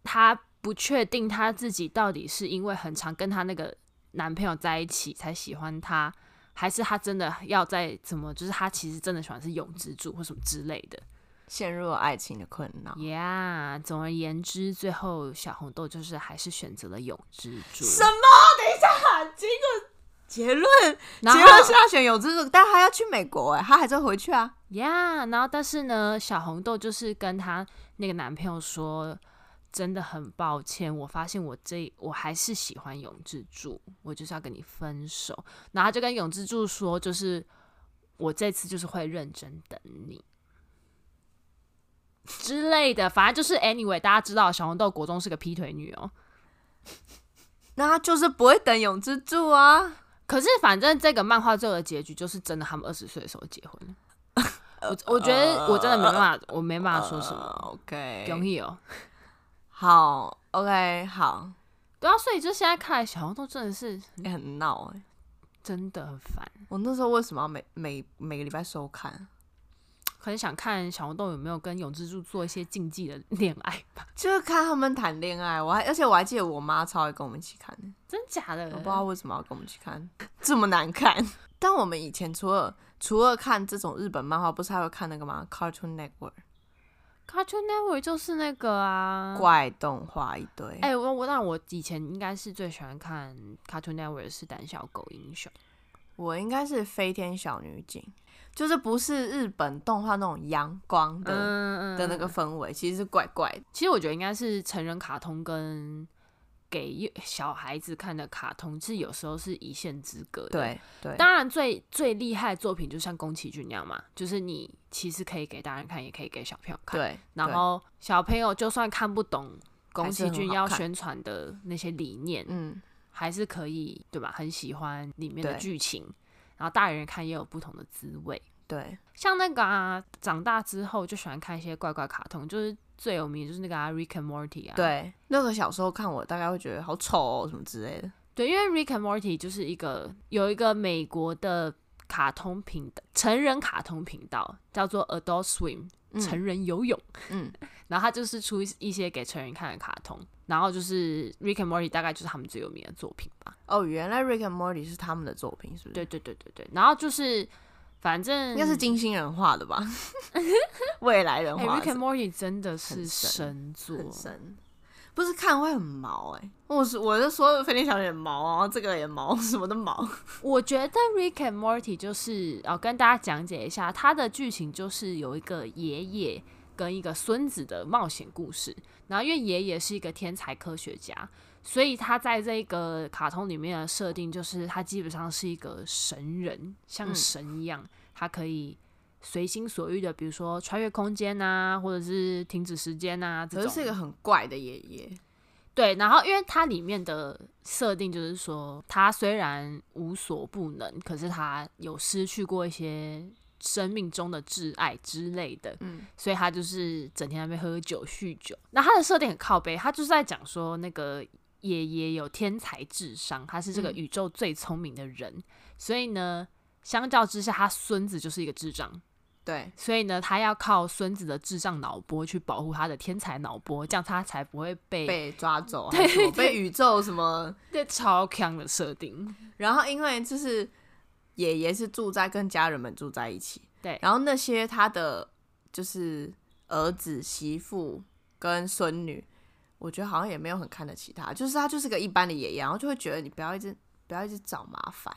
她不确定她自己到底是因为很常跟她那个男朋友在一起才喜欢他，还是她真的要在怎么，就是她其实真的喜欢是永之助或什么之类的。
陷入了爱情的困扰。
Yeah，总而言之，最后小红豆就是还是选择了永之助。
什么？等一下，结果结论
然后
结论是要选有之助，但他要去美国哎、他还是会回去啊。
呀然后但是呢，小红豆就是跟她那个男朋友说，真的很抱歉，我发现我这我还是喜欢永之助，我就是要跟你分手。然后她就跟永之助说，就是我这次就是会认真等你。之类的，反正就是 anyway，大家知道小红豆国中是个劈腿女哦。
那他就是不会等永之助啊。
可是反正这个漫画最后的结局就是真的，他们二十岁的时候结婚了。我我觉得我真的没办法，我没办法说什么。
呃
恭
？OK，
喜哦！
好，OK，好，
对啊，所以就现在看来，小红豆真的是
也、很闹哎、
真的很烦，
我那时候为什么要每每每个礼拜收看？
很想看小红豆有没有跟永之助做一些禁忌的恋爱吧？
就是看他们谈恋爱，我还而且我还记得我妈超爱跟我们一起看的，
真假的？
我不知道为什么要跟我们去看，这么难看。 但我们以前除了除了看这种日本漫画，不是还会看那个吗？Cartoon Network。
Cartoon Network 就是那个啊。
怪动画一堆。
哎、我我那我以前应该是最喜欢看 Cartoon Network 的是《胆小狗英雄》，
我应该是飞天小女警，就是不是日本动画那种阳光的、
嗯
的那个氛围，其实是怪怪的。
其实我觉得应该是成人卡通跟给幼小孩子看的卡通，是有时候是一线之隔的。，
对对，
当然最最厉害的作品就像宫崎骏那样嘛，就是你其实可以给大人看，也可以给小朋友看。
对，
然后小朋友就算看不懂宫崎
还是很
骏
好
要
看
宣传的那些理念，
对嗯，
还是可以对吧？很喜欢里面的
对
剧情，然后大人看也有不同的滋味。
对，
像那个啊，长大之后就喜欢看一些怪怪卡通，就是最有名的就是那个啊《Rick and Morty》啊，
对，那个小时候看我大概会觉得好丑哦什么之类的。
对，因为《Rick and Morty》就是一个有一个美国的卡通频道，成人卡通频道叫做 Adult Swim，成
嗯
人游泳。
嗯，
然后它就是出一些给成人看的卡通，然后就是《Rick and Morty》大概就是他们最有名的作品吧。
哦，原来《Rick and Morty》是他们的作品，是不是？
对，对对对对，然后就是反正
嗯应该是金星人画的吧， 未来人
哎，
画
《Rick
的
and Morty》真的是
很
神
神
作，
很深，不是看会很毛哎、我是我就说飞天小女警毛啊，这个也毛，什么都毛。
我觉得《Rick and Morty》就是哦，跟大家讲解一下，它的剧情就是有一个爷爷跟一个孙子的冒险故事。然后，因为爷爷是一个天才科学家，所以他在这个卡通里面的设定就是他基本上是一个神人，像
嗯
神一样，他可以随心所欲的，比如说穿越空间呐、或者是停止时间呐、这
可
种。
是是一个很怪的爷爷，
对，然后因为它里面的设定就是说，他虽然无所不能，可是他有失去过一些生命中的挚爱之类的，
嗯，
所以他就是整天在那边喝酒酗酒。那他的设定很靠背，他就是在讲说那个爷爷有天才智商，他是这个
嗯
宇宙最聪明的人，所以呢，相较之下，他孙子就是一个智障。
对，
所以呢，他要靠孙子的智障脑波去保护他的天才脑波，这样他才不会
被抓走还是什么，被宇宙什么？
这超强的设定，
然后因为就是爷爷是住在跟家人们住在一起，
对
然后那些他的就是儿子、媳妇跟孙女，我觉得好像也没有很看得起他，就是他就是个一般的爷爷，然后就会觉得你不要一直不要一直找麻烦，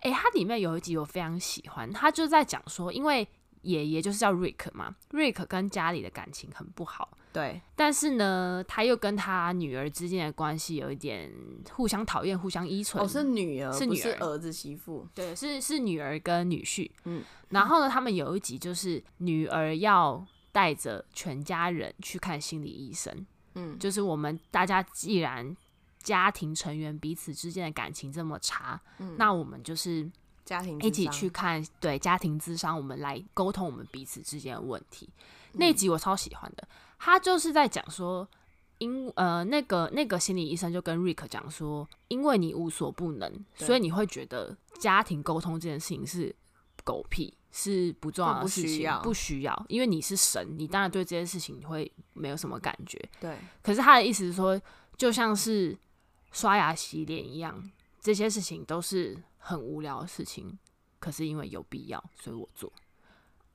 诶，它里面有一集我非常喜欢，它就在讲说，因为爷爷就是叫 Rick 嘛，Rick 跟家里的感情很不好，
对
但是呢，他又跟他女儿之间的关系有一点互相讨厌、互相依存。
哦，是女儿，
是
不
女
是
儿
儿子媳妇，
对，是是女儿跟女婿。
嗯，
然后呢，他们有一集就是女儿要带着全家人去看心理医生，
嗯，
就是我们大家既然家庭成员彼此之间的感情这么差，
嗯
那我们就是
家庭
一
智
起
商
去，看对家庭咨商，我们来沟通我们彼此之间的问题。
嗯
那集我超喜欢的，他就是在讲说，因呃那个那个心理医生就跟 Rick 讲说，因为你无所不能，
对
所以你会觉得家庭沟通这件事情是狗屁，是不重要的
不
事
需
情，
要
不需要，因为你是神，你当然对这件事情你会没有什么感觉。
对
可是他的意思是说，就像是刷牙、洗脸一样，这些事情都是很无聊的事情。可是因为有必要，所以我做。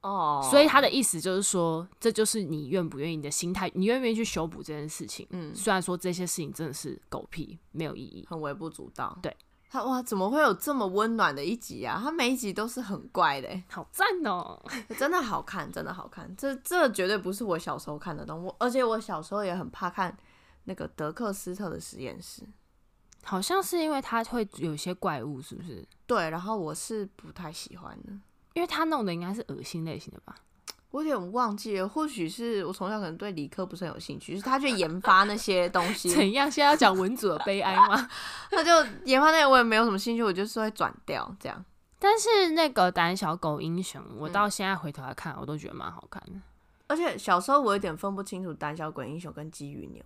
哦，
所以他的意思就是说，这就是你愿不愿意你的心态，你愿不愿意去修补这件事情。
嗯
虽然说这些事情真的是狗屁，没有意义。
很微不足道，
对。
他哇，怎么会有这么温暖的一集啊？他每一集都是很怪的欸、
好赞哦、
真的好看，真的好看，这这绝对不是我小时候看的东西。我而且我小时候也很怕看那个德克斯特的实验室。
好像是因为他会有一些怪物，是不是？
对，然后我是不太喜欢的，
因为他弄的应该是恶心类型的吧？
我有点忘记了，或许是我从小可能对理科不是很有兴趣，就是他去研发那些东西，
怎样？现在要讲文组的悲哀吗？
他就研发那个我也没有什么兴趣，我就是会转掉这样。
但是那个胆小狗英雄，
嗯
我到现在回头来看，我都觉得蛮好看的。
而且小时候我有点分不清楚胆小鬼英雄跟鸡与牛，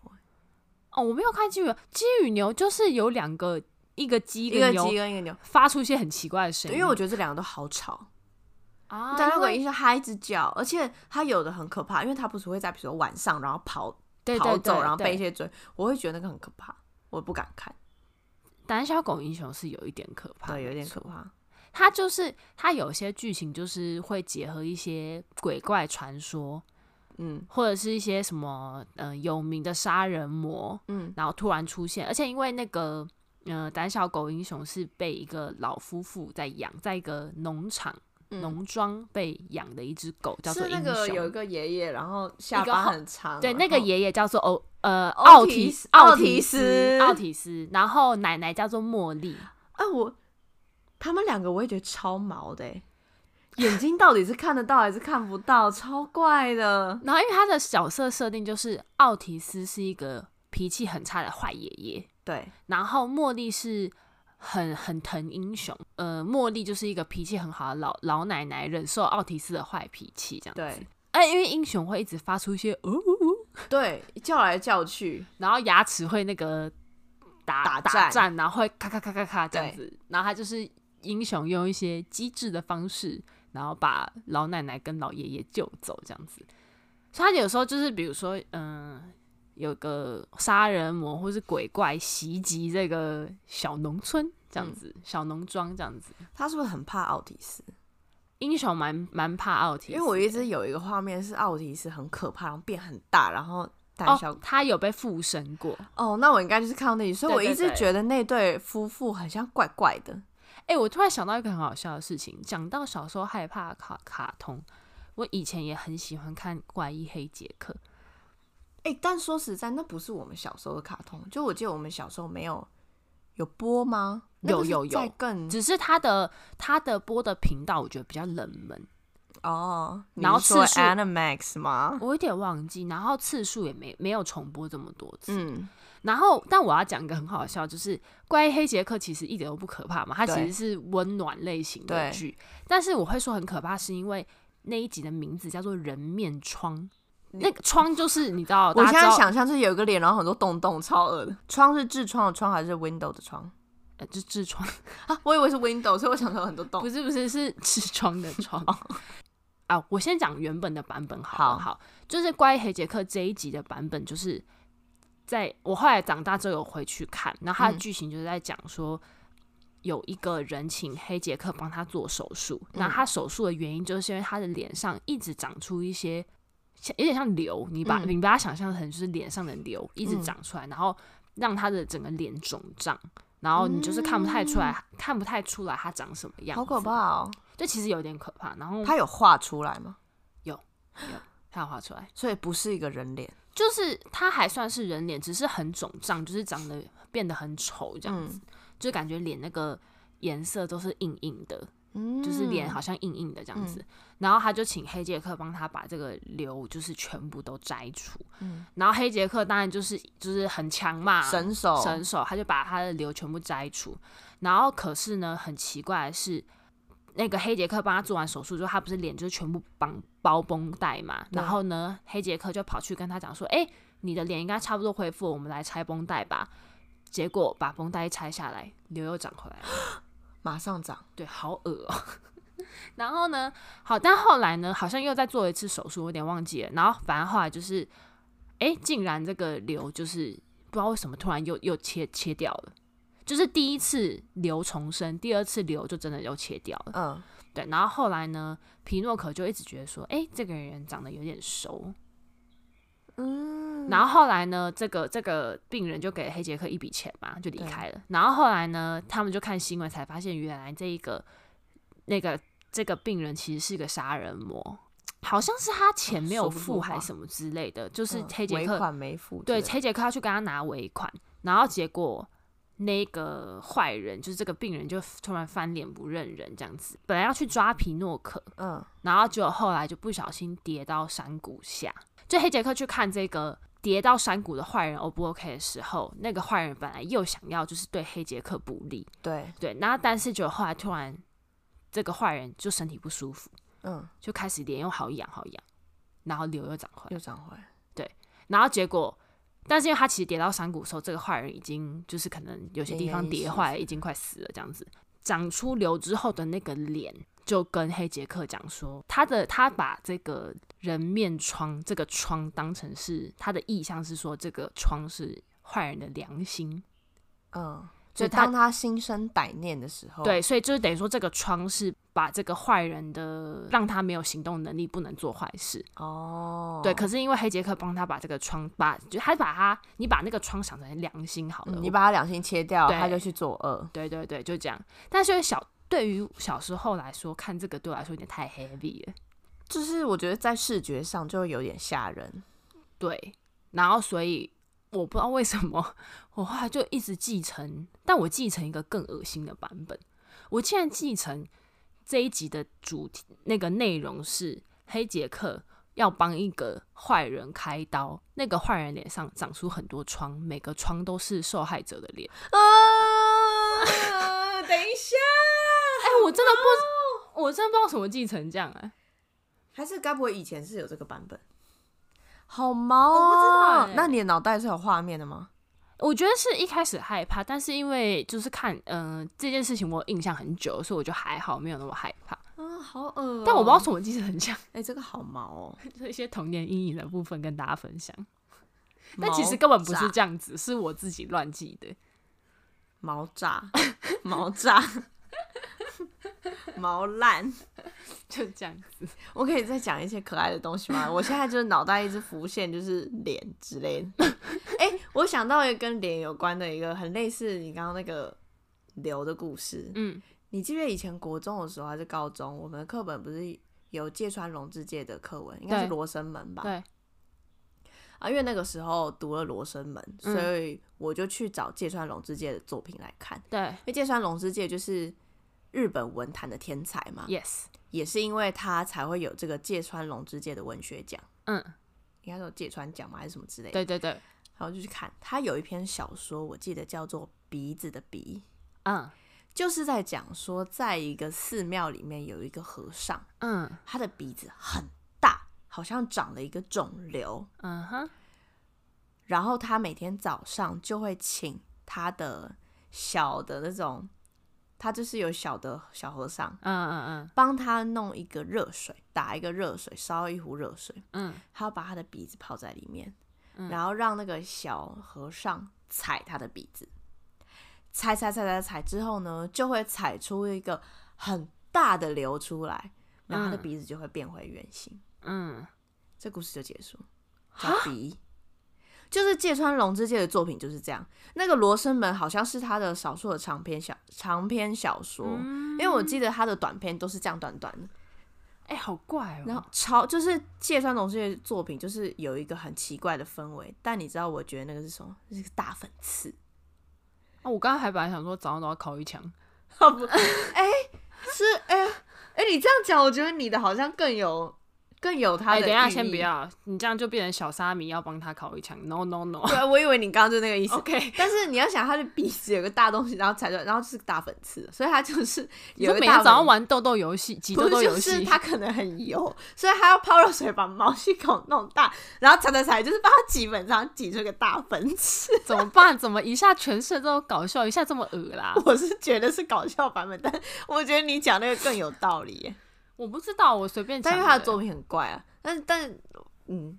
哦，我没有看鸡与鸡与牛，就是有两个，一个鸡
一
个
个
牛
鸡跟一个牛，
发出一些很奇怪的声
对
音。
因为我觉得这两个都好吵。
啊，
胆小
因
鬼
为
英雄它一直叫，而且它有的很可怕，因为它不是会在比如说晚上然后跑
对
逃
对
走，
对，
然后被
对
一些追，我会觉得那个很可怕，我不敢看，
胆小狗英雄是有一点可怕，
对，有
没
点可
错。
怕。
它就是它有些剧情就是会结合一些鬼怪传说，
嗯
或者是一些什么呃有名的杀人魔，
嗯
然后突然出现，而且因为那个呃胆小狗英雄是被一个老夫妇在养，在一个农场
嗯
农庄被养的一只狗，叫做
是那
英
个有一
雄。
个爷爷，然后下
个
巴
好
很长，
对，
然
那个
后
爷爷叫做欧呃
奥
奥
提
提
斯奥
奥
提
提
斯
斯奥提斯，然后奶奶叫做茉莉，
哎、我他们两个我也觉得超毛的、欸，眼睛到底是看得到还是看不到，超怪的。
然后因为他的角色设定就是奥提斯是一个脾气很差的坏爷爷，
对，
然后茉莉是很很疼英雄，呃，茉莉就是一个脾气很好的老老奶奶，忍受奥提斯的坏脾气这样子。
对，
哎，因为英雄会一直发出一些呜呜呜，
对，叫来叫去，
然后牙齿会那个打
打
打
战
战，然后会咔咔咔咔咔这样
对
子，然后他就是英雄用一些机智的方式，然后把老奶奶跟老爷爷救走这样子。所以他有时候就是比如说，嗯、有个杀人魔或是鬼怪袭击这个小农村这样
嗯
子，小农庄这样子，
他是不是很怕奥提斯？
英雄蛮蛮怕奥提斯
因
的，
为我一直有一个画面是奥提斯很可怕，然后变很大，然后胆小。
哦，他有被附身过。
哦那我应该就是看到那里，所以
对
我一
对
直
对
觉得那对夫妇很像怪怪的。
哎、我突然想到一个很好笑的事情，讲到小时候害怕卡卡通，我以前也很喜欢看《怪医黑杰克》，
哎、但说实在，那不是我们小时候的卡通，就我记得我们小时候没有有播吗？那
有
个是
有有
再更
只是他的他的播的频道我觉得比较冷门，
哦，你
然后
是说
次数
Animax 吗？
我有点忘记，然后次数也没没有重播这么多次。
嗯，
然后，但我要讲一个很好笑，就是《怪医黑杰克》其实一点都不可怕嘛，它其
对
实是温暖类型的
对
剧。但是我会说很可怕，是因为那一集的名字叫做“人面疮”，
你
那个疮就是你知道，
嗯我
大
现
家知
在
道
想象是有一个脸，然后很多洞洞，超恶的。窗是痔疮的窗还是 window 的窗
呃，就痔疮。
啊？我以为是 window，所以我想到很多洞
不。是不是是痔疮的 疮啊！我先讲原本的版本好了
哦好
好，就是关于黑杰克这一集的版本，就是在我后来长大之后有回去看，然后他的
嗯
剧情就是在讲说。有一个人请黑杰克帮他做手术，那
嗯
他手术的原因就是因为他的脸上一直长出一些，像有点像瘤，你把、
嗯
你把它想象成就是脸上的瘤一直
嗯
长出来，然后让他的整个脸肿胀，然后你就是看不太出来，看不太出来他长什么样，
嗯好可！怕哦！
就其实有点可怕。然后
它有画出来吗？
他画出来，
所以不是一个人脸。
就是他还算是人脸，只是很肿胀，就是长得变得很丑这样子，
嗯
就感觉脸那个颜色都是硬硬的，
嗯
就是脸好像硬硬的这样子。然后他就请黑杰克帮他把这个瘤就是全部都摘除。
嗯
然后黑杰克当然就是就是很强嘛，
神手，
神手，他就把他的瘤全部摘除。然后可是呢，很奇怪的是，那个黑杰克帮他做完手术之后，他不是脸就是全部绑包绷带嘛？
对
然后呢，黑杰克就跑去跟他讲说：“哎、你的脸应该差不多恢复了，我们来拆绷带吧。”结果把绷带一拆下来，瘤又长回来了。
马上长。
对，好恶哦、 然后呢，好，但后来呢，好像又再做一次手术，我有点忘记了。然后反正后来就是，哎，竟然这个瘤就是不知道为什么突然又又切切掉了，就是第一次瘤重生，第二次瘤就真的又切掉了。
嗯，
对，然后后来呢，皮诺可就一直觉得说，哎，这个人长得有点熟。
嗯
然后后来呢，这个这个病人就给黑杰克一笔钱嘛，就离开了。然后后来呢，他们就看新闻才发现，原来这一个那个这个病人其实是个杀人魔，好像是他钱没有
哦说不出
付还
话
什么之类的，就是
嗯
黑杰
尾
克、
款没付之
对
类的，
黑杰克要去跟他拿尾款，然后结果。那个坏人就是这个病人，就突然翻脸不认人这样子。本来要去抓皮诺可，
嗯
然后结果后来就不小心跌到山谷下。就黑杰克去看这个跌到山谷的坏人 O 不 OK 的时候，那个坏人本来又想要就是对黑杰克不利，
对，
对，那但是就后来突然这个坏人就身体不舒服，
嗯，
就开始脸又好痒好痒，然后瘤又长回来，
又长回来。
然后结果。但是因为他其实跌到山谷的时候，这个坏人已经就是可能有些地方跌坏了，已经快死了这样子。长出瘤之后的那个脸，就跟黑杰克讲说，他的他把这个人面疮这个疮当成是他的意向是说，这个疮是坏人的良心，
嗯，
所以
就
他
当他心生歹念的时候，
对，所以就是等于说，这个窗是把这个坏人的，让他没有行动能力，不能做坏事。
哦，
对，可是因为黑杰克帮他把这个窗，把就他把他，你把那个窗想成良心好了，
嗯
我
你把他良心切掉，
对
他就去作恶。
对对对，就这样。但是小对于小时候来说，看这个对我来说有点太 heavy 了。
就是我觉得在视觉上就有点吓人，
对，然后所以我不知道为什么，我后来就一直继承，但我继承一个更恶心的版本。我竟然继承这一集的主题，那个内容是黑杰克要帮一个坏人开刀，那个坏人脸上长出很多疮，每个疮都是受害者的脸。
啊，等一下，
哎、我真的不，我真的不知道什么继承这样哎、
还是该不会以前是有这个版本？好毛、
我不知道
哦
欸
那你的脑袋是有画面的吗？
我觉得是一开始害怕，但是因为就是看，嗯、这件事情我印象很久，所以我就还好，没有那么害怕。
啊，好恶、
但我不知道，什么，其实 很像，
哎、这个好毛 哦。
就是一些童年阴影的部分跟大家分享。但
毛
其实根本不是
炸
这样子，是我自己乱记的。
毛炸，毛炸， 毛烂。
就这样，
我可以再讲一些可爱的东西吗？我现在就是脑袋一直浮现就是脸之类的。哎、我想到一个跟脸有关的一个很类似你刚刚那个流的故事。
嗯，
你记不记得以前国中的时候还是高中，我们的课本不是有芥川龙之介的课文，应该是
对
《罗生门》吧？
对，
啊，因为那个时候读了《罗生门》，
嗯
所以我就去找芥川龙之介的作品来看。
对
因为芥川龙之介就是日本文坛的天才嘛，
，yes，
也是因为他才会有这个芥川龙之介的文学奖，
嗯，
应该说芥川奖嘛，还是什么之类的。
对对对，
然后就去看他有一篇小说，我记得叫做《鼻子的鼻
嗯》，
就是在讲说，在一个寺庙里面有一个和尚，
嗯
他的鼻子很大，好像长了一个肿瘤，
嗯哼，
然后他每天早上就会请他的小的那种，他就是有小的小和尚，
嗯嗯
帮他弄一个热水，打一个热水，烧一壶热水，
嗯嗯，
他要把他的鼻子泡在里面，
嗯
然后让那个小和尚踩他的鼻子，踩踩踩踩踩之后呢，就会踩出一个很大的流出来，然后他的
嗯
鼻子就会变回原形。
嗯，啊
这故事就结束。叫鼻，就是芥川龙之介的作品就是这样。那个《罗生门》好像是他的少数的长篇小长篇小说，因为我记得他的短篇都是这样短短的。
哎、好怪哦、
然后超就是芥川龙之介的作品，就是有一个很奇怪的氛围。但你知道，我觉得那个是什么？是个大粉刺。
啊我刚刚还本来想说早上都要烤一枪，
是哎呀哎，你这样讲，我觉得你的好像更有更有他
哎、
的、
等一下先不。要，你这样就变成小沙弥要帮他烤一枪，no no no，OK，、
对，啊我以为你刚刚就那个意思。但是你要想，他的鼻子有个大东西，然后踩出来，然后是个大粉刺，所以他就是
你
有
说
一个
每
大
天
粉
早上玩豆豆游戏，挤
不
豆
是
豆游
就
戏，
是他可能很油，所以他要泡热水把毛细孔弄大，然后踩踩踩，就是把它挤粉上挤出一个大粉刺。
怎么办？怎么一下全是这种搞笑，一下这么恶啦？
我是觉得是搞笑版本，但我觉得你讲那个更有道理 耶。
我不知道，我随便讲。
但因为他的作品很怪啊，但是但是嗯，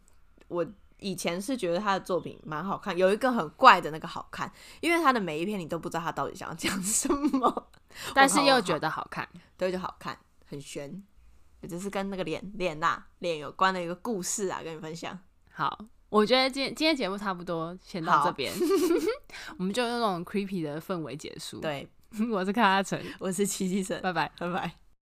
我以前是觉得他的作品蛮好看，有一个很怪的那个好看，因为他的每一篇你都不知道他到底想要讲什么。
但是又觉得好看。
对，就好看，很悬。也就是跟那个脸脸呐脸有关的一个故事啊，跟你分享。
好，我觉得今天今天节目差不多，先到这边， 我们就用那种 creepy 的氛围结束。，
对，
我是卡阿成，
我是七七神，
拜拜。
拜拜。